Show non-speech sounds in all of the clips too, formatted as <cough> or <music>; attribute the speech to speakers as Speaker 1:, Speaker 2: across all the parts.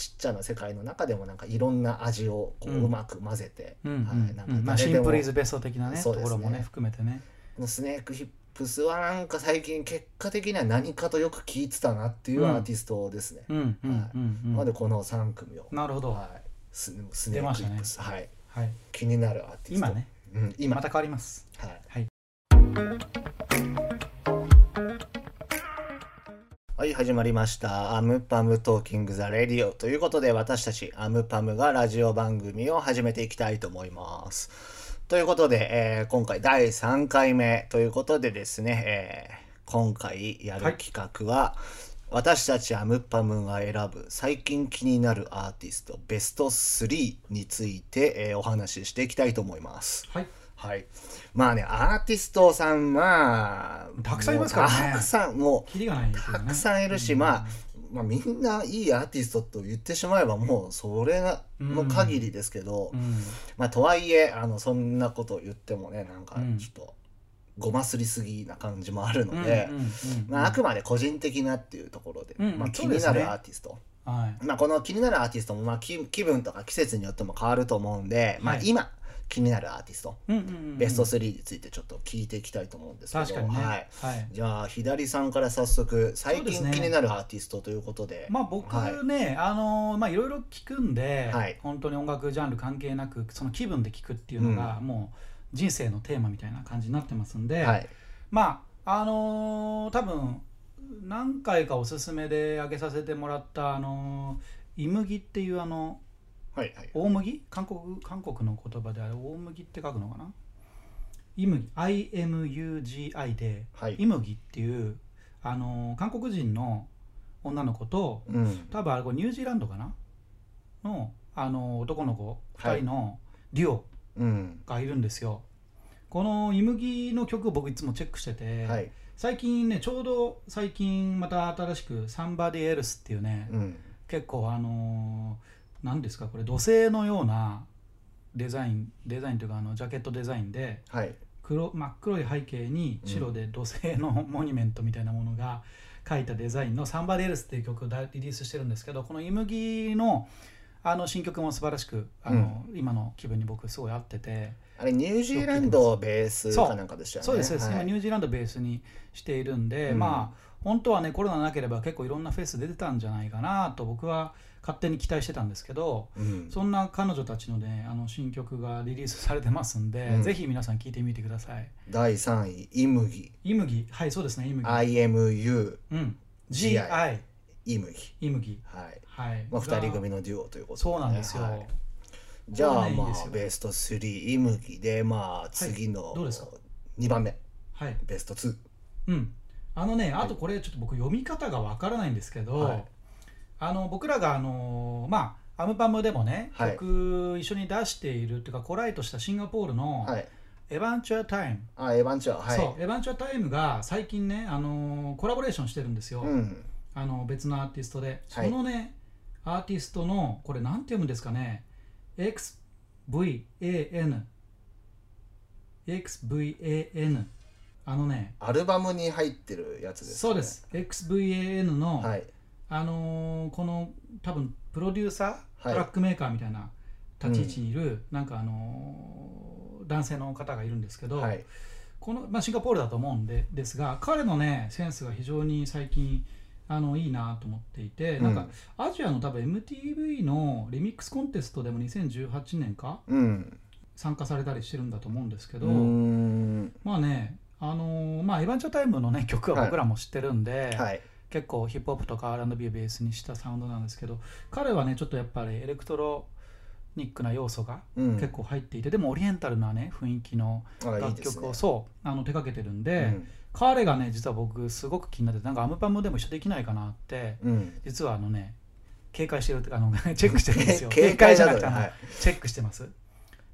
Speaker 1: ちゃな世界の中でもなんかいろんな味をこう
Speaker 2: うん
Speaker 1: うまく混ぜて、
Speaker 2: うん
Speaker 1: はいなんか
Speaker 2: うんまあ
Speaker 1: 誰
Speaker 2: シ
Speaker 1: で
Speaker 2: ン
Speaker 1: も
Speaker 2: プルイズベスト的なね
Speaker 1: そ
Speaker 2: と
Speaker 1: うです
Speaker 2: こ
Speaker 1: ね
Speaker 2: ろもね含めてね
Speaker 1: このスネークヒップスはなんか最近結果的には何かとよく聞いてたなっていう
Speaker 2: うん
Speaker 1: アーティストですね。
Speaker 2: うんうん
Speaker 1: はい
Speaker 2: うんうん
Speaker 1: なのでこの3組を、
Speaker 2: なるほど
Speaker 1: はい、ススネークヒップス、はい、
Speaker 2: はい
Speaker 1: 気になるアーティスト
Speaker 2: 今、ね
Speaker 1: うん、今、
Speaker 2: また変わります
Speaker 1: はい
Speaker 2: はい
Speaker 1: はい、始まりました。アムパムトーキングザレディオということで、私たちアムパムがラジオ番組を始めていきたいと思います。ということで、えー今回第3回目ということでですね、えー今回やる企画は、私たちアムパムが選ぶ最近気になるアーティストベスト3について、えーお話ししていきたいと思います。
Speaker 2: はい
Speaker 1: はい。まあね、アーティストさん、まあ、
Speaker 2: たくさんいますからね
Speaker 1: もうたくさん、も
Speaker 2: キリがないけど
Speaker 1: う、
Speaker 2: ね
Speaker 1: たくさんいるし、まあ、まあ、みんないいアーティストと言ってしまえば、もう、それが、の限りですけど、
Speaker 2: うん
Speaker 1: まあ、とはいえ、あの、そんなこと言ってもね、なんか、ちょっと、ごますりすぎな感じもあるので、
Speaker 2: うんうんうん
Speaker 1: まあ、あくまで個人的なっていうところで、
Speaker 2: うん
Speaker 1: まあ、
Speaker 2: そ
Speaker 1: 気
Speaker 2: うで
Speaker 1: に
Speaker 2: す
Speaker 1: な
Speaker 2: ね
Speaker 1: るアーティスト、
Speaker 2: はい
Speaker 1: まあ、この気になるアーティストも、まあ、気気分とか季節によっても変わると思うんで、まあ
Speaker 2: は、い
Speaker 1: 今気になるアーティスト、
Speaker 2: うんうんうん
Speaker 1: ベスト3についてちょっと聞いていきたいと思うんですけど
Speaker 2: 確かにね
Speaker 1: はい、
Speaker 2: はい
Speaker 1: じゃあ左さんから早速最
Speaker 2: そうです
Speaker 1: 近
Speaker 2: ね
Speaker 1: 気になるアーティストということで
Speaker 2: まあ僕
Speaker 1: はい
Speaker 2: ね、あのーまあいろいろ聞くんで、
Speaker 1: はい
Speaker 2: 本当に音楽ジャンル関係なくその気分で聞くっていうのが、もう人生のテーマみたいな感じになってますんで、
Speaker 1: はい
Speaker 2: まああのー多分何回かおすすめで挙げさせてもらったあのーイムギっていうあの
Speaker 1: はいはい
Speaker 2: 大麦韓国韓国の言葉であれ大麦って書くのかなイムギ IMUGI で、
Speaker 1: はい
Speaker 2: イムギっていうあのー韓国人の女の子と
Speaker 1: うん
Speaker 2: 多分あれこれニュージーランドかなのあの男の子
Speaker 1: はい
Speaker 2: 2人のデュオ
Speaker 1: うん
Speaker 2: がいるんですよ、このイムギの曲を僕いつもチェックしてて、
Speaker 1: はい
Speaker 2: 最近ねちょうど最近また新しく「サンバディエルス」っていうね、
Speaker 1: うん
Speaker 2: 結構あのー何ですかこれ土星のようなデザインデザインというかあのジャケットデザインで
Speaker 1: はい
Speaker 2: 黒真っ黒い背景に白で土星のモニュメントみたいなものが書いたデザインの「サンバデエルス」っていう曲をリリースしてるんですけどこの「イムギのあの新曲も素晴らしくあの、今の気分に僕すごい合ってて、
Speaker 1: あれニュージーランドをベースかなんかでしたよね
Speaker 2: そうですそうです、
Speaker 1: はい
Speaker 2: 今ニュージーランドベースにしているんで、
Speaker 1: うん
Speaker 2: まあ本当はねコロナなければ結構いろんなフェス出てたんじゃないかなと僕は勝手に期待してたんですけど
Speaker 1: うん
Speaker 2: そんな彼女たちのねあの新曲がリリースされてますんで、
Speaker 1: うん
Speaker 2: ぜひ皆さん聴いてみてください。
Speaker 1: 第3位イムギ
Speaker 2: イムギはいそうですねイムギ
Speaker 1: IMU
Speaker 2: うん、
Speaker 1: GI
Speaker 2: GI
Speaker 1: イムギ
Speaker 2: イムギ
Speaker 1: はい
Speaker 2: はい、
Speaker 1: まあ
Speaker 2: が
Speaker 1: 2人組のデュオということ
Speaker 2: そうなんですよ、
Speaker 1: はいじゃ
Speaker 2: こ
Speaker 1: あ
Speaker 2: れねいい
Speaker 1: ま
Speaker 2: です
Speaker 1: あ
Speaker 2: よ
Speaker 1: ベスト3イムギでまあ次の
Speaker 2: どうですか
Speaker 1: 2番目
Speaker 2: はい
Speaker 1: ベスト2
Speaker 2: うんあのねあとこれちょっと僕読み方がわからないんですけど、
Speaker 1: はい
Speaker 2: あの僕らがあのーまあアムパムでもね、
Speaker 1: はい
Speaker 2: 曲一緒に出しているっていうかコライとしたシンガポールの
Speaker 1: はい
Speaker 2: 「エヴァンチュアタイム
Speaker 1: あエヴァンチュア」はい
Speaker 2: そう「エヴァンチュアタイム」が最近ね、あのーコラボレーションしてるんですよ、
Speaker 1: うん
Speaker 2: あの別のアーティストでそ
Speaker 1: はい
Speaker 2: のね、アーティストのこれなんて読むんですかね XVAN XVAN あのね
Speaker 1: アルバムに入ってるやつです、ね、
Speaker 2: そうです。XVAN の、
Speaker 1: はい
Speaker 2: あのーこの多分プロデューサー、
Speaker 1: はい
Speaker 2: トラックメーカーみたいな立ち位置にいる、なんかあのー男性の方がいるんですけど、
Speaker 1: はい
Speaker 2: このまあ、シンガポールだと思うんでですが彼のねセンスが非常に最近あのいいなと思っていて、なんかアジアの多分 MTV のリミックスコンテストでも2018年か
Speaker 1: うん
Speaker 2: 参加されたりしてるんだと思うんですけ
Speaker 1: う
Speaker 2: ど、
Speaker 1: ーん
Speaker 2: まあねあのーまあエヴァンチャタイムのね曲は僕らも知ってるんで、
Speaker 1: はい
Speaker 2: 結構ヒップホップとか R&B をベースにしたサウンドなんですけど彼はねちょっとやっぱりエレクトロニックな要素が
Speaker 1: うん
Speaker 2: 結構入っていて、でもオリエンタルなね雰囲気の
Speaker 1: あいい
Speaker 2: 楽
Speaker 1: です
Speaker 2: 曲を
Speaker 1: ね
Speaker 2: そうあの手掛けてるんで、
Speaker 1: うん
Speaker 2: 彼がね実は僕すごく気になっててなんかアムパムでも一緒できないかなって
Speaker 1: うん
Speaker 2: 実はあのね警戒してるってあの <laughs> チェックしてるんですよ
Speaker 1: 警戒
Speaker 2: じ
Speaker 1: じ
Speaker 2: ゃ
Speaker 1: ゃ
Speaker 2: な
Speaker 1: な
Speaker 2: く
Speaker 1: くて
Speaker 2: てあの
Speaker 1: はい
Speaker 2: チェックしてます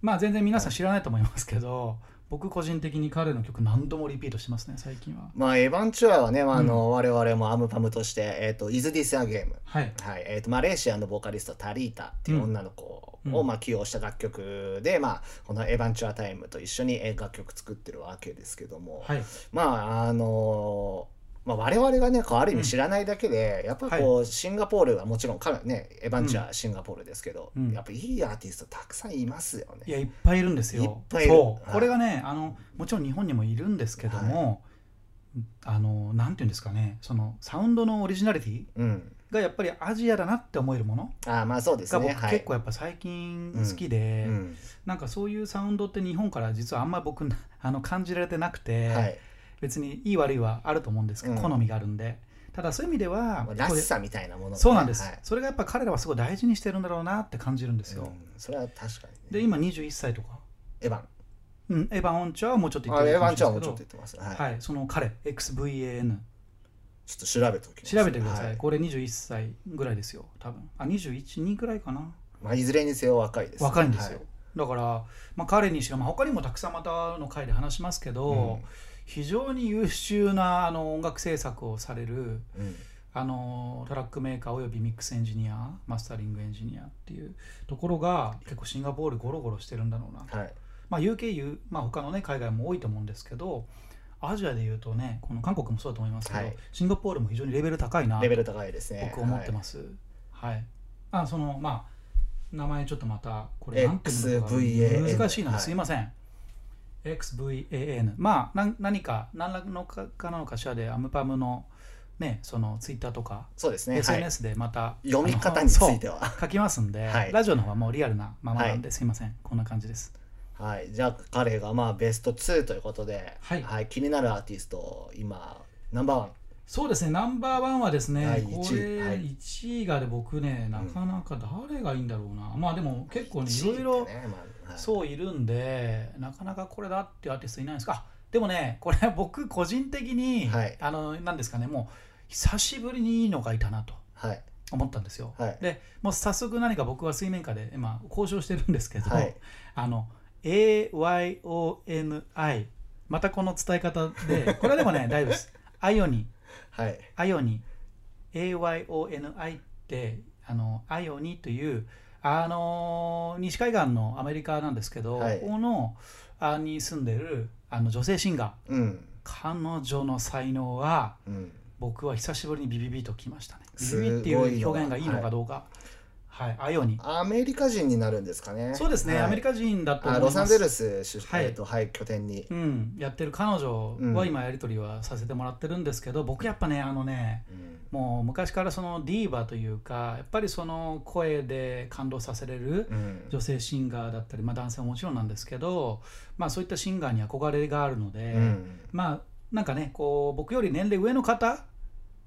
Speaker 2: まあ全然皆さん知らないと思いますけど、僕個人的に彼の曲何度もリピートしてますね最近は
Speaker 1: まあエヴァンチュアはね、まあ、あの我々もアムパムとしてえっ、とイズディスアゲーム
Speaker 2: はい
Speaker 1: はいえー、とマレーシアのボーカリストタリータっていう女の子
Speaker 2: うん
Speaker 1: を、
Speaker 2: うん
Speaker 1: まあ、起用した楽曲で、まあ、この「エヴァンチュア・タイム」と一緒にえー楽曲作ってるわけですけども、
Speaker 2: はい
Speaker 1: まああのーまあ、我々がねこうある意味知らないだけで、やっぱこう、シンガポールはもちろんかなりねエヴァンチャーシンガポールですけど、
Speaker 2: うん
Speaker 1: やっぱいいアーティストたくさんいますよ
Speaker 2: い
Speaker 1: ね。
Speaker 2: やいっぱいいるんですよ。
Speaker 1: いっぱいいる
Speaker 2: そう
Speaker 1: はい
Speaker 2: これがねあのもちろん日本にもいるんですけども、あのなんていうんですかねそのサウンドのオリジナリティ
Speaker 1: うん、
Speaker 2: がやっぱりアジアだなって思えるもの
Speaker 1: あーまあそうです
Speaker 2: が
Speaker 1: ね。
Speaker 2: 僕
Speaker 1: はい、
Speaker 2: 結構やっぱ最近好きで、
Speaker 1: うん
Speaker 2: なんかそういうサウンドって日本から実はあんまり僕なあの感じられてなくて、
Speaker 1: はい、
Speaker 2: 別にいい悪いはあると思うんですけど、
Speaker 1: うん
Speaker 2: 好みがあるんでただそういう意味では
Speaker 1: まあらしさみたいなもの、ね、
Speaker 2: そうなんです、
Speaker 1: はい
Speaker 2: それがやっぱ彼らはすごい大事にしてるんだろうなって感じるんです
Speaker 1: う
Speaker 2: よ、
Speaker 1: んそれは確かに、
Speaker 2: で
Speaker 1: ね。
Speaker 2: 今21歳とか、
Speaker 1: エヴァン。
Speaker 2: うん、エヴァン・オンチャーはもうちょっと言っ
Speaker 1: あ
Speaker 2: て
Speaker 1: エ
Speaker 2: る
Speaker 1: ヴ
Speaker 2: か
Speaker 1: ァ
Speaker 2: も
Speaker 1: ン
Speaker 2: し
Speaker 1: ち
Speaker 2: れ
Speaker 1: ゃ
Speaker 2: なんい
Speaker 1: も
Speaker 2: で
Speaker 1: ちょ
Speaker 2: すけ
Speaker 1: っと
Speaker 2: ど
Speaker 1: 言ってます。はい。
Speaker 2: はい、その彼 XVAN
Speaker 1: ちょっと調べておきます。
Speaker 2: 調べてください、
Speaker 1: はい
Speaker 2: これ21歳ぐらいですよ多分あ212ぐらいかな
Speaker 1: まあ、いずれにせよ若いです、
Speaker 2: 若いんですよ、
Speaker 1: は
Speaker 2: だから、まあ、彼にしろ、まあ、他にもたくさんまたの回で話しますけど、
Speaker 1: うん
Speaker 2: 非常に優秀なあの音楽制作をされる
Speaker 1: うん
Speaker 2: あのトラックメーカーおよびミックスエンジニアマスタリングエンジニアっていうところが結構シンガポールゴロゴロしてるんだろうな、
Speaker 1: はい。
Speaker 2: まあ、UKU、まあ、他のね海外も多いと思うんですけどアジアでいうとねこの韓国もそうだと思いますけど、
Speaker 1: はい
Speaker 2: シンガポールも非常にレベル高いな
Speaker 1: レベル高いですね。
Speaker 2: 僕思ってますはい、あそのまあ名前ちょっとまたこれなんていうのか
Speaker 1: XVAN
Speaker 2: 難しいな、
Speaker 1: はい
Speaker 2: すいません XVAN まあなん何か何らのかかなのかしらでアムパムのねそのツイッターとか、
Speaker 1: そうですね。はい。
Speaker 2: SNS でまた
Speaker 1: 読み
Speaker 2: あ
Speaker 1: 方
Speaker 2: の
Speaker 1: につい
Speaker 2: そ
Speaker 1: ては。
Speaker 2: う書きますんで、
Speaker 1: はい
Speaker 2: ラジオの方はもうリアルなままなんで、すいませんこんな感じです
Speaker 1: はい。じゃあ、彼がまあベスト2ということで、
Speaker 2: はい
Speaker 1: 気になるアーティスト、今、ナンバーワン。
Speaker 2: そうですねナンバーワンはです
Speaker 1: 第
Speaker 2: ね
Speaker 1: 一位
Speaker 2: こ
Speaker 1: は
Speaker 2: れ
Speaker 1: い
Speaker 2: 1位がで僕ねなかなか誰がいいんだろうな、まあでも結構ねいろいろ
Speaker 1: 1位ってねまあはい
Speaker 2: そういるんで、なかなかこれだっていうアーティストいないんですか。あでもね、これ僕個人的に、
Speaker 1: はい
Speaker 2: あの、なんですかね、もう久しぶりにいいのがいたなと
Speaker 1: はい。
Speaker 2: 思ったんですよ。
Speaker 1: はい。
Speaker 2: で、もう早速何か僕は水面下で今交渉してるんですけど、
Speaker 1: はい。
Speaker 2: あの、AYONI、またこの伝え方で、これはでもね、大丈夫です。アヨニ、
Speaker 1: はい。
Speaker 2: アヨニ、AYONI って、あの、アヨニという、あのー西海岸のアメリカなんですけど、
Speaker 1: はい
Speaker 2: ここのあに住んでるあの女性シンガー、
Speaker 1: うん。
Speaker 2: 彼女の才能は、
Speaker 1: うん。
Speaker 2: 僕は久しぶりにビビビときましたね。ビ
Speaker 1: す
Speaker 2: ビ
Speaker 1: ごい
Speaker 2: ビっていう表現がいいの
Speaker 1: は
Speaker 2: か
Speaker 1: い
Speaker 2: どうか。はい、アヨニ。
Speaker 1: アメリカ人になるんですかね。
Speaker 2: そうですね、
Speaker 1: はい
Speaker 2: アメリカ人だと思
Speaker 1: あ
Speaker 2: い
Speaker 1: ロ
Speaker 2: ます。
Speaker 1: サンゼルス出
Speaker 2: はい
Speaker 1: えっとはい、拠点に。
Speaker 2: うん、やってる彼女
Speaker 1: う
Speaker 2: は
Speaker 1: ん
Speaker 2: 今やり取りはさせてもらってるんですけど、僕やっぱね、あのね、
Speaker 1: うん
Speaker 2: もう昔からそのディーバというかやっぱりその声で感動させれる
Speaker 1: うん
Speaker 2: 女性シンガーだったり、まあ、男性はもちろんなんですけど、まあ、そういったシンガーに憧れがあるので、
Speaker 1: うん
Speaker 2: まあなんかねこう僕より年齢上の方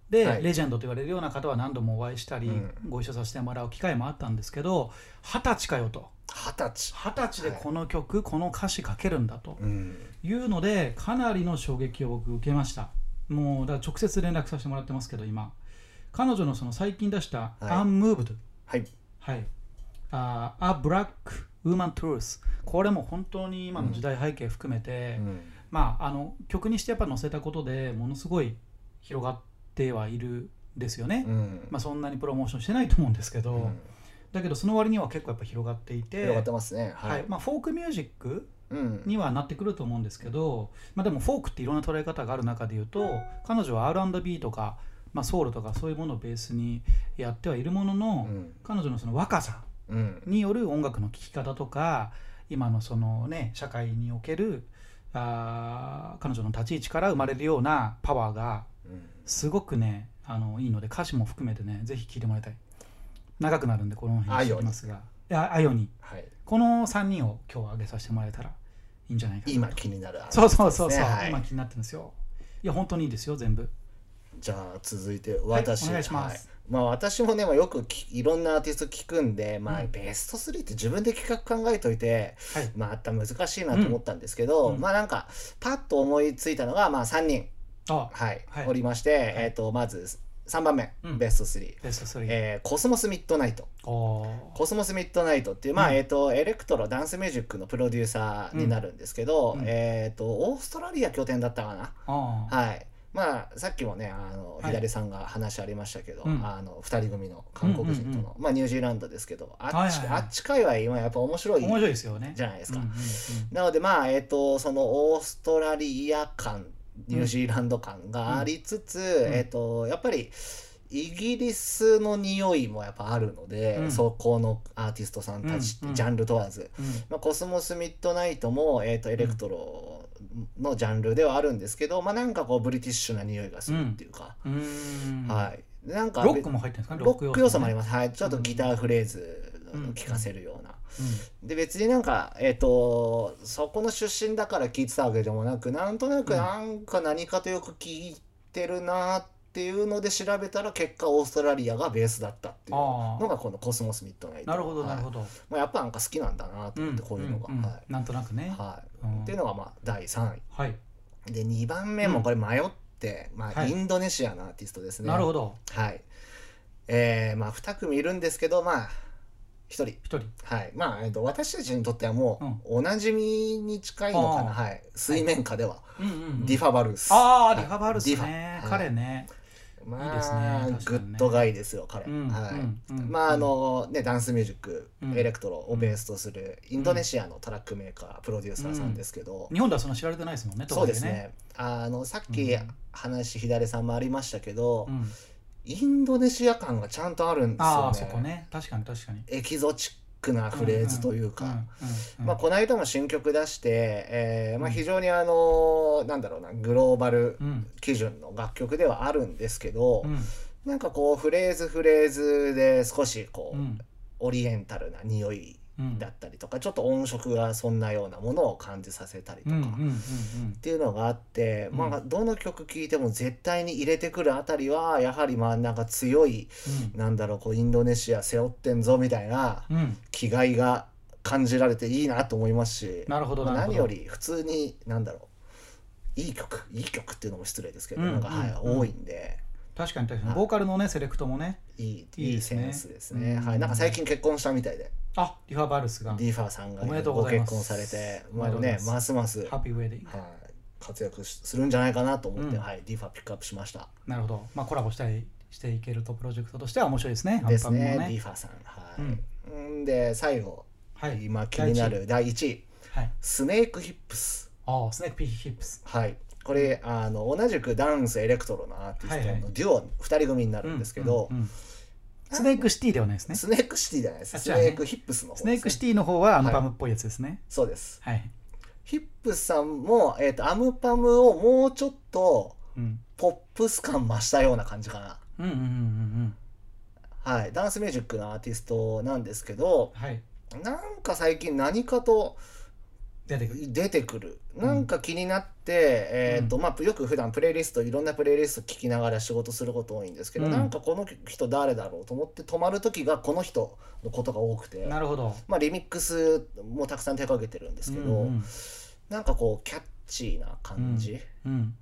Speaker 2: で、
Speaker 1: はい
Speaker 2: レジェンドと言われるような方は何度もお会いしたり、
Speaker 1: うん
Speaker 2: ご一緒させてもらう機会もあったんですけど二十歳かよと
Speaker 1: 二十歳。
Speaker 2: 二十歳でこの曲、この歌詞書けるんだと
Speaker 1: うん
Speaker 2: いうのでかなりの衝撃を僕受けましたもうだから直接連絡させてもらってますけど今彼女のその最近出した
Speaker 1: は
Speaker 2: 「
Speaker 1: い
Speaker 2: Unmoved」
Speaker 1: はい。
Speaker 2: はい「あ A Black Woman Truth」これも本当に今の時代背景含め
Speaker 1: う
Speaker 2: て、
Speaker 1: ん
Speaker 2: まああの曲にしてやっぱ載せたことでものすごい広がってはいるんですよね、
Speaker 1: うん
Speaker 2: まあそんなにプロモーションしてないと思うんですけど、
Speaker 1: うん
Speaker 2: だけどその割には結構やっぱ広がっていて
Speaker 1: 広がってますね。
Speaker 2: はい。まあ、フォークミュージック
Speaker 1: うん。
Speaker 2: にはなってくると思うんですけど、まあ、でもフォークっていろんな捉え方がある中で言うと彼女は R&B とか、まあ、ソウルとかそういうものをベースにやってはいるもの
Speaker 1: う
Speaker 2: の、
Speaker 1: ん。
Speaker 2: 彼女のその若さ
Speaker 1: うん。
Speaker 2: による音楽の聴き方とか今のそのね社会におけるあー彼女の立ち位置から生まれるようなパワーが
Speaker 1: うん
Speaker 2: すごくねあのいいので歌詞も含めてねぜひ聴いてもらいたい長くなるんでこの辺にしておきますがいやあよに
Speaker 1: はい。
Speaker 2: この3人を今日は挙げさせてもらえたらいいんじゃないかなと
Speaker 1: 今気になる。
Speaker 2: そうそうそうそう、
Speaker 1: はい
Speaker 2: 今気になってるんですよ。いや本当にいいですよ全部。
Speaker 1: じゃあ続いて私、
Speaker 2: はいお願いします
Speaker 1: はいまあ私もね、まあ、よくきいろんなアーティスト聞くんで、まあ
Speaker 2: うん
Speaker 1: ベスト3って自分で企画考えといて、
Speaker 2: はい
Speaker 1: また難しいなと思ったんですけど、
Speaker 2: うんうん
Speaker 1: まあなんかパッと思いついたのがまあ3人、
Speaker 2: あ
Speaker 1: はい
Speaker 2: はい
Speaker 1: おりまして、えっ、とまず3番目、
Speaker 2: うん
Speaker 1: ベスト3、
Speaker 2: ベスト3。
Speaker 1: えーコスモスミッドナイト。
Speaker 2: おー
Speaker 1: コスモスミッドナイトっていう、まあ
Speaker 2: うん
Speaker 1: えー、とエレクトロダンスミュージックのプロデューサーになるんですけど、
Speaker 2: うんうん
Speaker 1: えー、とオーストラリア拠点だったかな、
Speaker 2: あー
Speaker 1: はいまあさっきもねあの
Speaker 2: はい
Speaker 1: 左さんが話ありましたけど、
Speaker 2: うん
Speaker 1: あの2人組の韓国人との、
Speaker 2: うんうん
Speaker 1: まあ、ニュージーランドですけどあっち,、
Speaker 2: はいはいはい
Speaker 1: あっち界隈今やっぱ面白い
Speaker 2: 面白いですよね。
Speaker 1: じゃないですか、
Speaker 2: うんうんうん
Speaker 1: なのでまあえっ、とそのオーストラリア感ニュージーランド感がありつつ、
Speaker 2: ん
Speaker 1: えっとやっぱりイギリスの匂いもやっぱあるので、
Speaker 2: うん
Speaker 1: そこのアーティストさんたちっ
Speaker 2: うんう
Speaker 1: て
Speaker 2: ん
Speaker 1: ジャンル問わず、
Speaker 2: うん
Speaker 1: まあ、コスモス・ミッドナイトも、えー、とエレクトロのジャンルではあるんですけど、まあ、なんかこうブリティッシュな匂いがするっていうか、
Speaker 2: うーん
Speaker 1: はいなんか
Speaker 2: ロックも入ってるんですか、
Speaker 1: ロック要素もありますす、はい、ちょっとギターフレーズ
Speaker 2: うん
Speaker 1: 聞かせるような、
Speaker 2: う
Speaker 1: で別になんかえっ、とそこの出身だから聞いてたわけでもなくなんとなく
Speaker 2: うん
Speaker 1: なんか何かとよく聞いてるなっていうので調べたら結果オーストラリアがベースだったっていう
Speaker 2: あー
Speaker 1: のがこの「コスモス・ミッドナイト」
Speaker 2: なるほど
Speaker 1: はい
Speaker 2: なるほど、
Speaker 1: まあ、やっぱなんか好きなんだなと思ってこういうのが、
Speaker 2: んん
Speaker 1: はい
Speaker 2: なんとなくね
Speaker 1: はい
Speaker 2: うん
Speaker 1: っていうのがまあ第3
Speaker 2: はい
Speaker 1: 位で2番目もこれ迷って、まあ、
Speaker 2: はい
Speaker 1: インドネシアのアーティストですね、
Speaker 2: なるほど
Speaker 1: はいえーまあ2組いるんですけどまあ1人
Speaker 2: 一人
Speaker 1: はいまあ、えっと私たちにとってはもうおなじみに近いのかな、
Speaker 2: あー
Speaker 1: はい、水面下では、
Speaker 2: うんうんうん
Speaker 1: ディファバルース
Speaker 2: ああ
Speaker 1: はい
Speaker 2: リハバルス
Speaker 1: ディフ
Speaker 2: ね
Speaker 1: ァ
Speaker 2: 彼ね
Speaker 1: まあ
Speaker 2: いいですね確
Speaker 1: グ
Speaker 2: かにね
Speaker 1: ッドガイですよ彼、
Speaker 2: うん
Speaker 1: はい、
Speaker 2: うんうん
Speaker 1: まああのねダンスミュージック、
Speaker 2: うん
Speaker 1: エレクトロをベースとするインドネシアのトラックメーカー、プロデューサーさんですけど、
Speaker 2: 日本ではそんな知られてないですもんね
Speaker 1: そうです
Speaker 2: 当時
Speaker 1: ね。あのさっき
Speaker 2: うん
Speaker 1: 話、左さんもありましたけど、
Speaker 2: うん
Speaker 1: インドネシア感がちゃんとあるんですよね。
Speaker 2: ああそこね確かに確かに
Speaker 1: エキゾチックなフレーズというか。
Speaker 2: うんうんうん
Speaker 1: まあ、この間も新曲出して、えーまあ、
Speaker 2: うん
Speaker 1: 非常にあのなんだろうなグローバル
Speaker 2: うん
Speaker 1: 基準の楽曲ではあるんですけど、
Speaker 2: うん
Speaker 1: なんかこうフレーズフレーズで少しこう、
Speaker 2: うん
Speaker 1: オリエンタルな匂い
Speaker 2: うん
Speaker 1: だったりとかちょっと音色がそんなようなものを感じさせたりと
Speaker 2: う
Speaker 1: か、
Speaker 2: んうんうんうん
Speaker 1: っていうのがあって、
Speaker 2: うん
Speaker 1: まあ、どの曲聴いても絶対に入れてくるあたりはやはりまあなんか強いなんだろうこうインドネシア背負ってんぞみたいな
Speaker 2: うんうん
Speaker 1: 気概が感じられていいなと思いますし
Speaker 2: なるほど
Speaker 1: まあ
Speaker 2: なるほ
Speaker 1: 何
Speaker 2: ど
Speaker 1: より普通になんだろういい曲いい曲っていうのも失礼ですけど、
Speaker 2: うん
Speaker 1: なんか、はい
Speaker 2: うん
Speaker 1: 多いんで
Speaker 2: 確かに確か
Speaker 1: はい
Speaker 2: にボーカルのねセレクトもね
Speaker 1: いい
Speaker 2: いい
Speaker 1: いい
Speaker 2: です
Speaker 1: セ
Speaker 2: ね
Speaker 1: ンスですね
Speaker 2: うん
Speaker 1: はい、なんか最近結婚したみたいで、
Speaker 2: あリハバルスが
Speaker 1: ディーファーさんが
Speaker 2: おめでとうご
Speaker 1: ご
Speaker 2: ざいま
Speaker 1: 結
Speaker 2: す
Speaker 1: 婚されて
Speaker 2: おめで
Speaker 1: まあ
Speaker 2: とうござい
Speaker 1: ね
Speaker 2: ます
Speaker 1: ますます、
Speaker 2: ハッピーウェディング
Speaker 1: はい、活躍しするんじゃないかなと思って、
Speaker 2: うん
Speaker 1: はい、ディーファーピックアップしました。
Speaker 2: なるほど、まあ、コラボしたりしていけるとプロジェクトとしては面白いですね。
Speaker 1: です
Speaker 2: アンパ
Speaker 1: ね
Speaker 2: ン
Speaker 1: デ
Speaker 2: マン
Speaker 1: ィ
Speaker 2: も
Speaker 1: ー
Speaker 2: ね
Speaker 1: ファさんはい、ん、で最後
Speaker 2: はい、
Speaker 1: 今気になる第1位
Speaker 2: はい、
Speaker 1: スネークヒップス
Speaker 2: ああ、スネークピーヒップス。
Speaker 1: はいこれあの同じくダンスエレクトロのアーティ
Speaker 2: はい
Speaker 1: スト
Speaker 2: は
Speaker 1: のデュオ2人組になるんですけど、
Speaker 2: うんうんうんスネークシティではないですね。ス
Speaker 1: スネークシティじゃないです
Speaker 2: あ
Speaker 1: ス
Speaker 2: 違
Speaker 1: ネ
Speaker 2: うね
Speaker 1: ークヒップスの方ですね、
Speaker 2: ネークシティの方はアンパムっぽいやつですね。
Speaker 1: そうです
Speaker 2: はい。
Speaker 1: ヒップスさんも、えー、とアムパムをもうちょっと
Speaker 2: うん。
Speaker 1: ポップス感増したような感じかな
Speaker 2: うんうんうんうんうん。
Speaker 1: はい、ダンスミュージックのアーティストなんですけど
Speaker 2: はい。
Speaker 1: なんか最近何かと
Speaker 2: 出てくる。
Speaker 1: 出てくるなんか気になって、えーとまあ、よく普段プレイリストいろんなプレイリスト聞きながら仕事すること多いんですけど、
Speaker 2: うん
Speaker 1: なんかこの人誰だろうと思って止まる時がこの人のことが多くて、
Speaker 2: なるほど。
Speaker 1: まあ、リミックスもたくさん手掛けてるんですけど、
Speaker 2: うん
Speaker 1: なんかこうキャッチーな感じ、
Speaker 2: うん。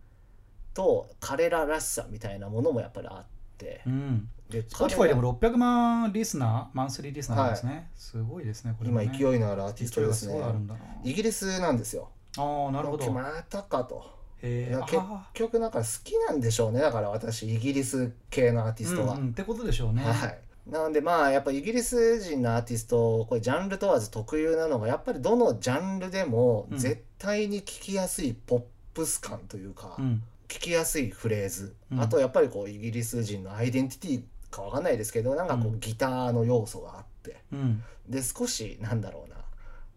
Speaker 1: と彼ららしさみたいなものもやっぱりあって
Speaker 2: う、ん。
Speaker 1: で
Speaker 2: Spotify
Speaker 1: 彼
Speaker 2: で
Speaker 1: ら
Speaker 2: も600万リスナー、マンスリーリスナーなんですね。すごいですね、これ、
Speaker 1: 今
Speaker 2: ね。い。
Speaker 1: 勢いのあるアーティスト
Speaker 2: が
Speaker 1: ですす
Speaker 2: ご
Speaker 1: ね
Speaker 2: いあるんだな。
Speaker 1: イギリスなんですよ。
Speaker 2: ああ、なるほど。へ
Speaker 1: またかと。い
Speaker 2: え
Speaker 1: や。結
Speaker 2: あー
Speaker 1: 局なんか好きなんでしょうねだから私イギリス系のアーティストは、
Speaker 2: うんうんってことでしょうね。
Speaker 1: はいなのでまあやっぱイギリス人のアーティストこれジャンル問わず特有なのがやっぱりどのジャンルでも
Speaker 2: うん
Speaker 1: 絶対に聞きやすいポップス感というか、
Speaker 2: うん。
Speaker 1: 聞きやすいフレーズ、
Speaker 2: うん
Speaker 1: あとやっぱりこうイギリス人のアイデンティティかわかんないですけどなんかこ
Speaker 2: うん
Speaker 1: うギターの要素があって
Speaker 2: うん。
Speaker 1: で少しなんだろうな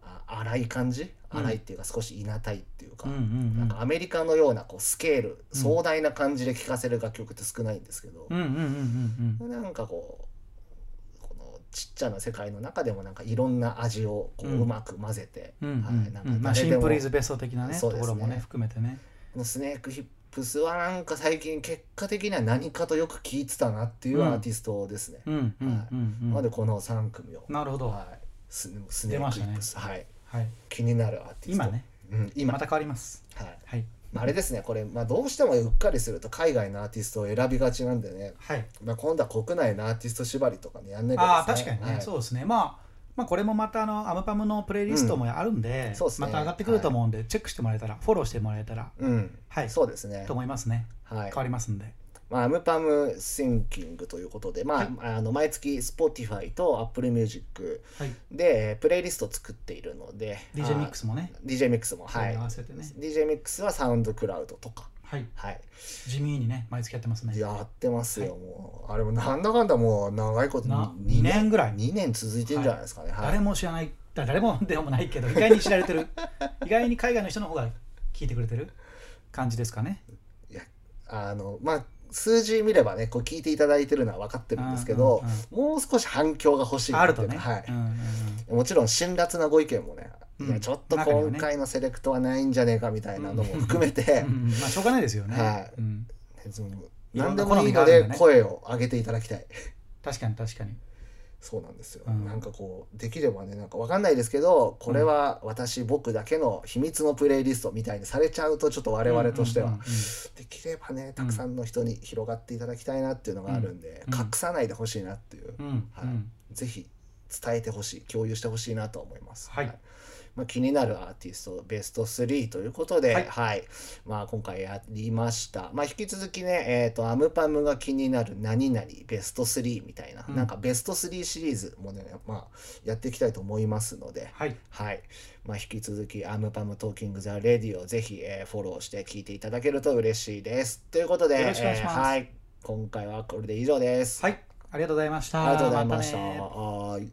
Speaker 1: あ荒い感じ
Speaker 2: うん
Speaker 1: 荒いっていうか少しいなたいっていうか、
Speaker 2: うんうんう
Speaker 1: なんんかアメリカのようなこうスケール、
Speaker 2: うん
Speaker 1: 壮大な感じで聴かせる楽曲って少ないんですけど
Speaker 2: う、んうんうんうん
Speaker 1: なんかこうこのちっちゃな世界の中でもなんかいろんな味をこう,、
Speaker 2: う
Speaker 1: うんまく混ぜて、
Speaker 2: うんう
Speaker 1: はいなんん
Speaker 2: う
Speaker 1: か
Speaker 2: んまあ
Speaker 1: 誰
Speaker 2: シ
Speaker 1: で
Speaker 2: ン
Speaker 1: も
Speaker 2: プルイズベスト的なね
Speaker 1: そ
Speaker 2: と
Speaker 1: うです
Speaker 2: こ
Speaker 1: ね
Speaker 2: ろもね含めてね
Speaker 1: このスネークヒップスはなんか最近結果的には何かとよく聴いてたなっていう
Speaker 2: うん
Speaker 1: アーティストですね。
Speaker 2: うんうん
Speaker 1: はい
Speaker 2: うんう
Speaker 1: なの
Speaker 2: ん
Speaker 1: でこの3組を、
Speaker 2: なるほどは
Speaker 1: はい、ススネークヒップス、はい、
Speaker 2: い
Speaker 1: 気になるアーティスト
Speaker 2: 今ね
Speaker 1: うん、今、
Speaker 2: また変わります
Speaker 1: はい
Speaker 2: はい
Speaker 1: まああれですねこれ、まあ、どうしてもうっかりすると海外のアーティストを選びがちなんでね
Speaker 2: はい
Speaker 1: まあ、今度は国内のアーティスト縛りとかねやんなき
Speaker 2: あ
Speaker 1: ゃ
Speaker 2: あ確かにねそうですねまあまあこれもまたあのアムパムのプレイリストもあるんで
Speaker 1: んそうですね
Speaker 2: また上がってくると思うんでチェックしてもらえたらフォローしてもらえたら
Speaker 1: う、うん
Speaker 2: はい
Speaker 1: そうですね
Speaker 2: と思いますね
Speaker 1: はい
Speaker 2: 変わりますんで
Speaker 1: まあ、アムパムシンキングということで、まあ
Speaker 2: はい
Speaker 1: あの毎月 Spotify と Apple Music
Speaker 2: はい
Speaker 1: でえープレイリストを作っているので
Speaker 2: DJ ミックスもね
Speaker 1: あー DJ ミックスも
Speaker 2: そ
Speaker 1: は
Speaker 2: れに
Speaker 1: い
Speaker 2: 合わせてね
Speaker 1: DJ ミックスはサウンドクラウドとか
Speaker 2: はい、
Speaker 1: はい、
Speaker 2: 地味にね毎月やってますね
Speaker 1: やってますよ、もうあれもなんだかんだもう長いこと
Speaker 2: な
Speaker 1: に
Speaker 2: 2年ぐらい
Speaker 1: 2年続いてるんじゃないですかね、はい
Speaker 2: 誰も知らないだ誰もでもないけど意外に知られてる
Speaker 1: <laughs>
Speaker 2: 意外に海外の人の方が聞いてくれてる感じですかね
Speaker 1: あのまあ数字見ればねこう聞いていただいてるのは分かってるんですけど
Speaker 2: う、んうんうん
Speaker 1: もう少し反響が欲しいな
Speaker 2: ある
Speaker 1: って
Speaker 2: と
Speaker 1: いうか
Speaker 2: ね、
Speaker 1: はい
Speaker 2: うんうんうん
Speaker 1: もちろん辛辣なご意見もね、
Speaker 2: うん
Speaker 1: いやちょっと
Speaker 2: 中には
Speaker 1: 今
Speaker 2: ね
Speaker 1: 回のセレクトはないんじゃねえかみたいなのも含めて、
Speaker 2: うんうんまあしょうがないですよね、
Speaker 1: はい
Speaker 2: うん、
Speaker 1: 別に
Speaker 2: いろ
Speaker 1: 何
Speaker 2: ん
Speaker 1: で
Speaker 2: な
Speaker 1: も
Speaker 2: 好
Speaker 1: いい
Speaker 2: み
Speaker 1: の
Speaker 2: があるんだね
Speaker 1: で声を上げていただ
Speaker 2: <laughs>
Speaker 1: きたい。
Speaker 2: 確かに確かに
Speaker 1: そうなんですよ、
Speaker 2: うん
Speaker 1: なんかこうできればねなんかわかんないですけどこれは私、僕だけの秘密のプレイリストみたいにされちゃうとちょっと我々としては、
Speaker 2: うんうんうんうん
Speaker 1: できればねたくさんの人に広がっていただきたいなっていうのがあるんで、
Speaker 2: うんうん
Speaker 1: 隠さないでほしいなっていう、
Speaker 2: うんうん
Speaker 1: はいぜひ伝えてほしい共有してほしいなと思います。
Speaker 2: はい
Speaker 1: まあ、気になるアーティストベスト3ということで、
Speaker 2: は
Speaker 1: はいいまあ、今回やりました、まあ、引き続きね、えー、とアムパムが気になる何々ベスト3みたいな,、
Speaker 2: うん
Speaker 1: なんかベスト3シリーズもね、まあ、やっていきたいと思いますので、
Speaker 2: はい
Speaker 1: はいまあ、引き続き「アムパムトーキング・ザ・レディ」をぜひ、えーフォローして聞いていただけると嬉しいです。ということで
Speaker 2: よろしくお願いします
Speaker 1: えーはい、今回はこれで以上です。
Speaker 2: はいありがとうございました
Speaker 1: ありがとうございました。
Speaker 2: ね
Speaker 1: はーい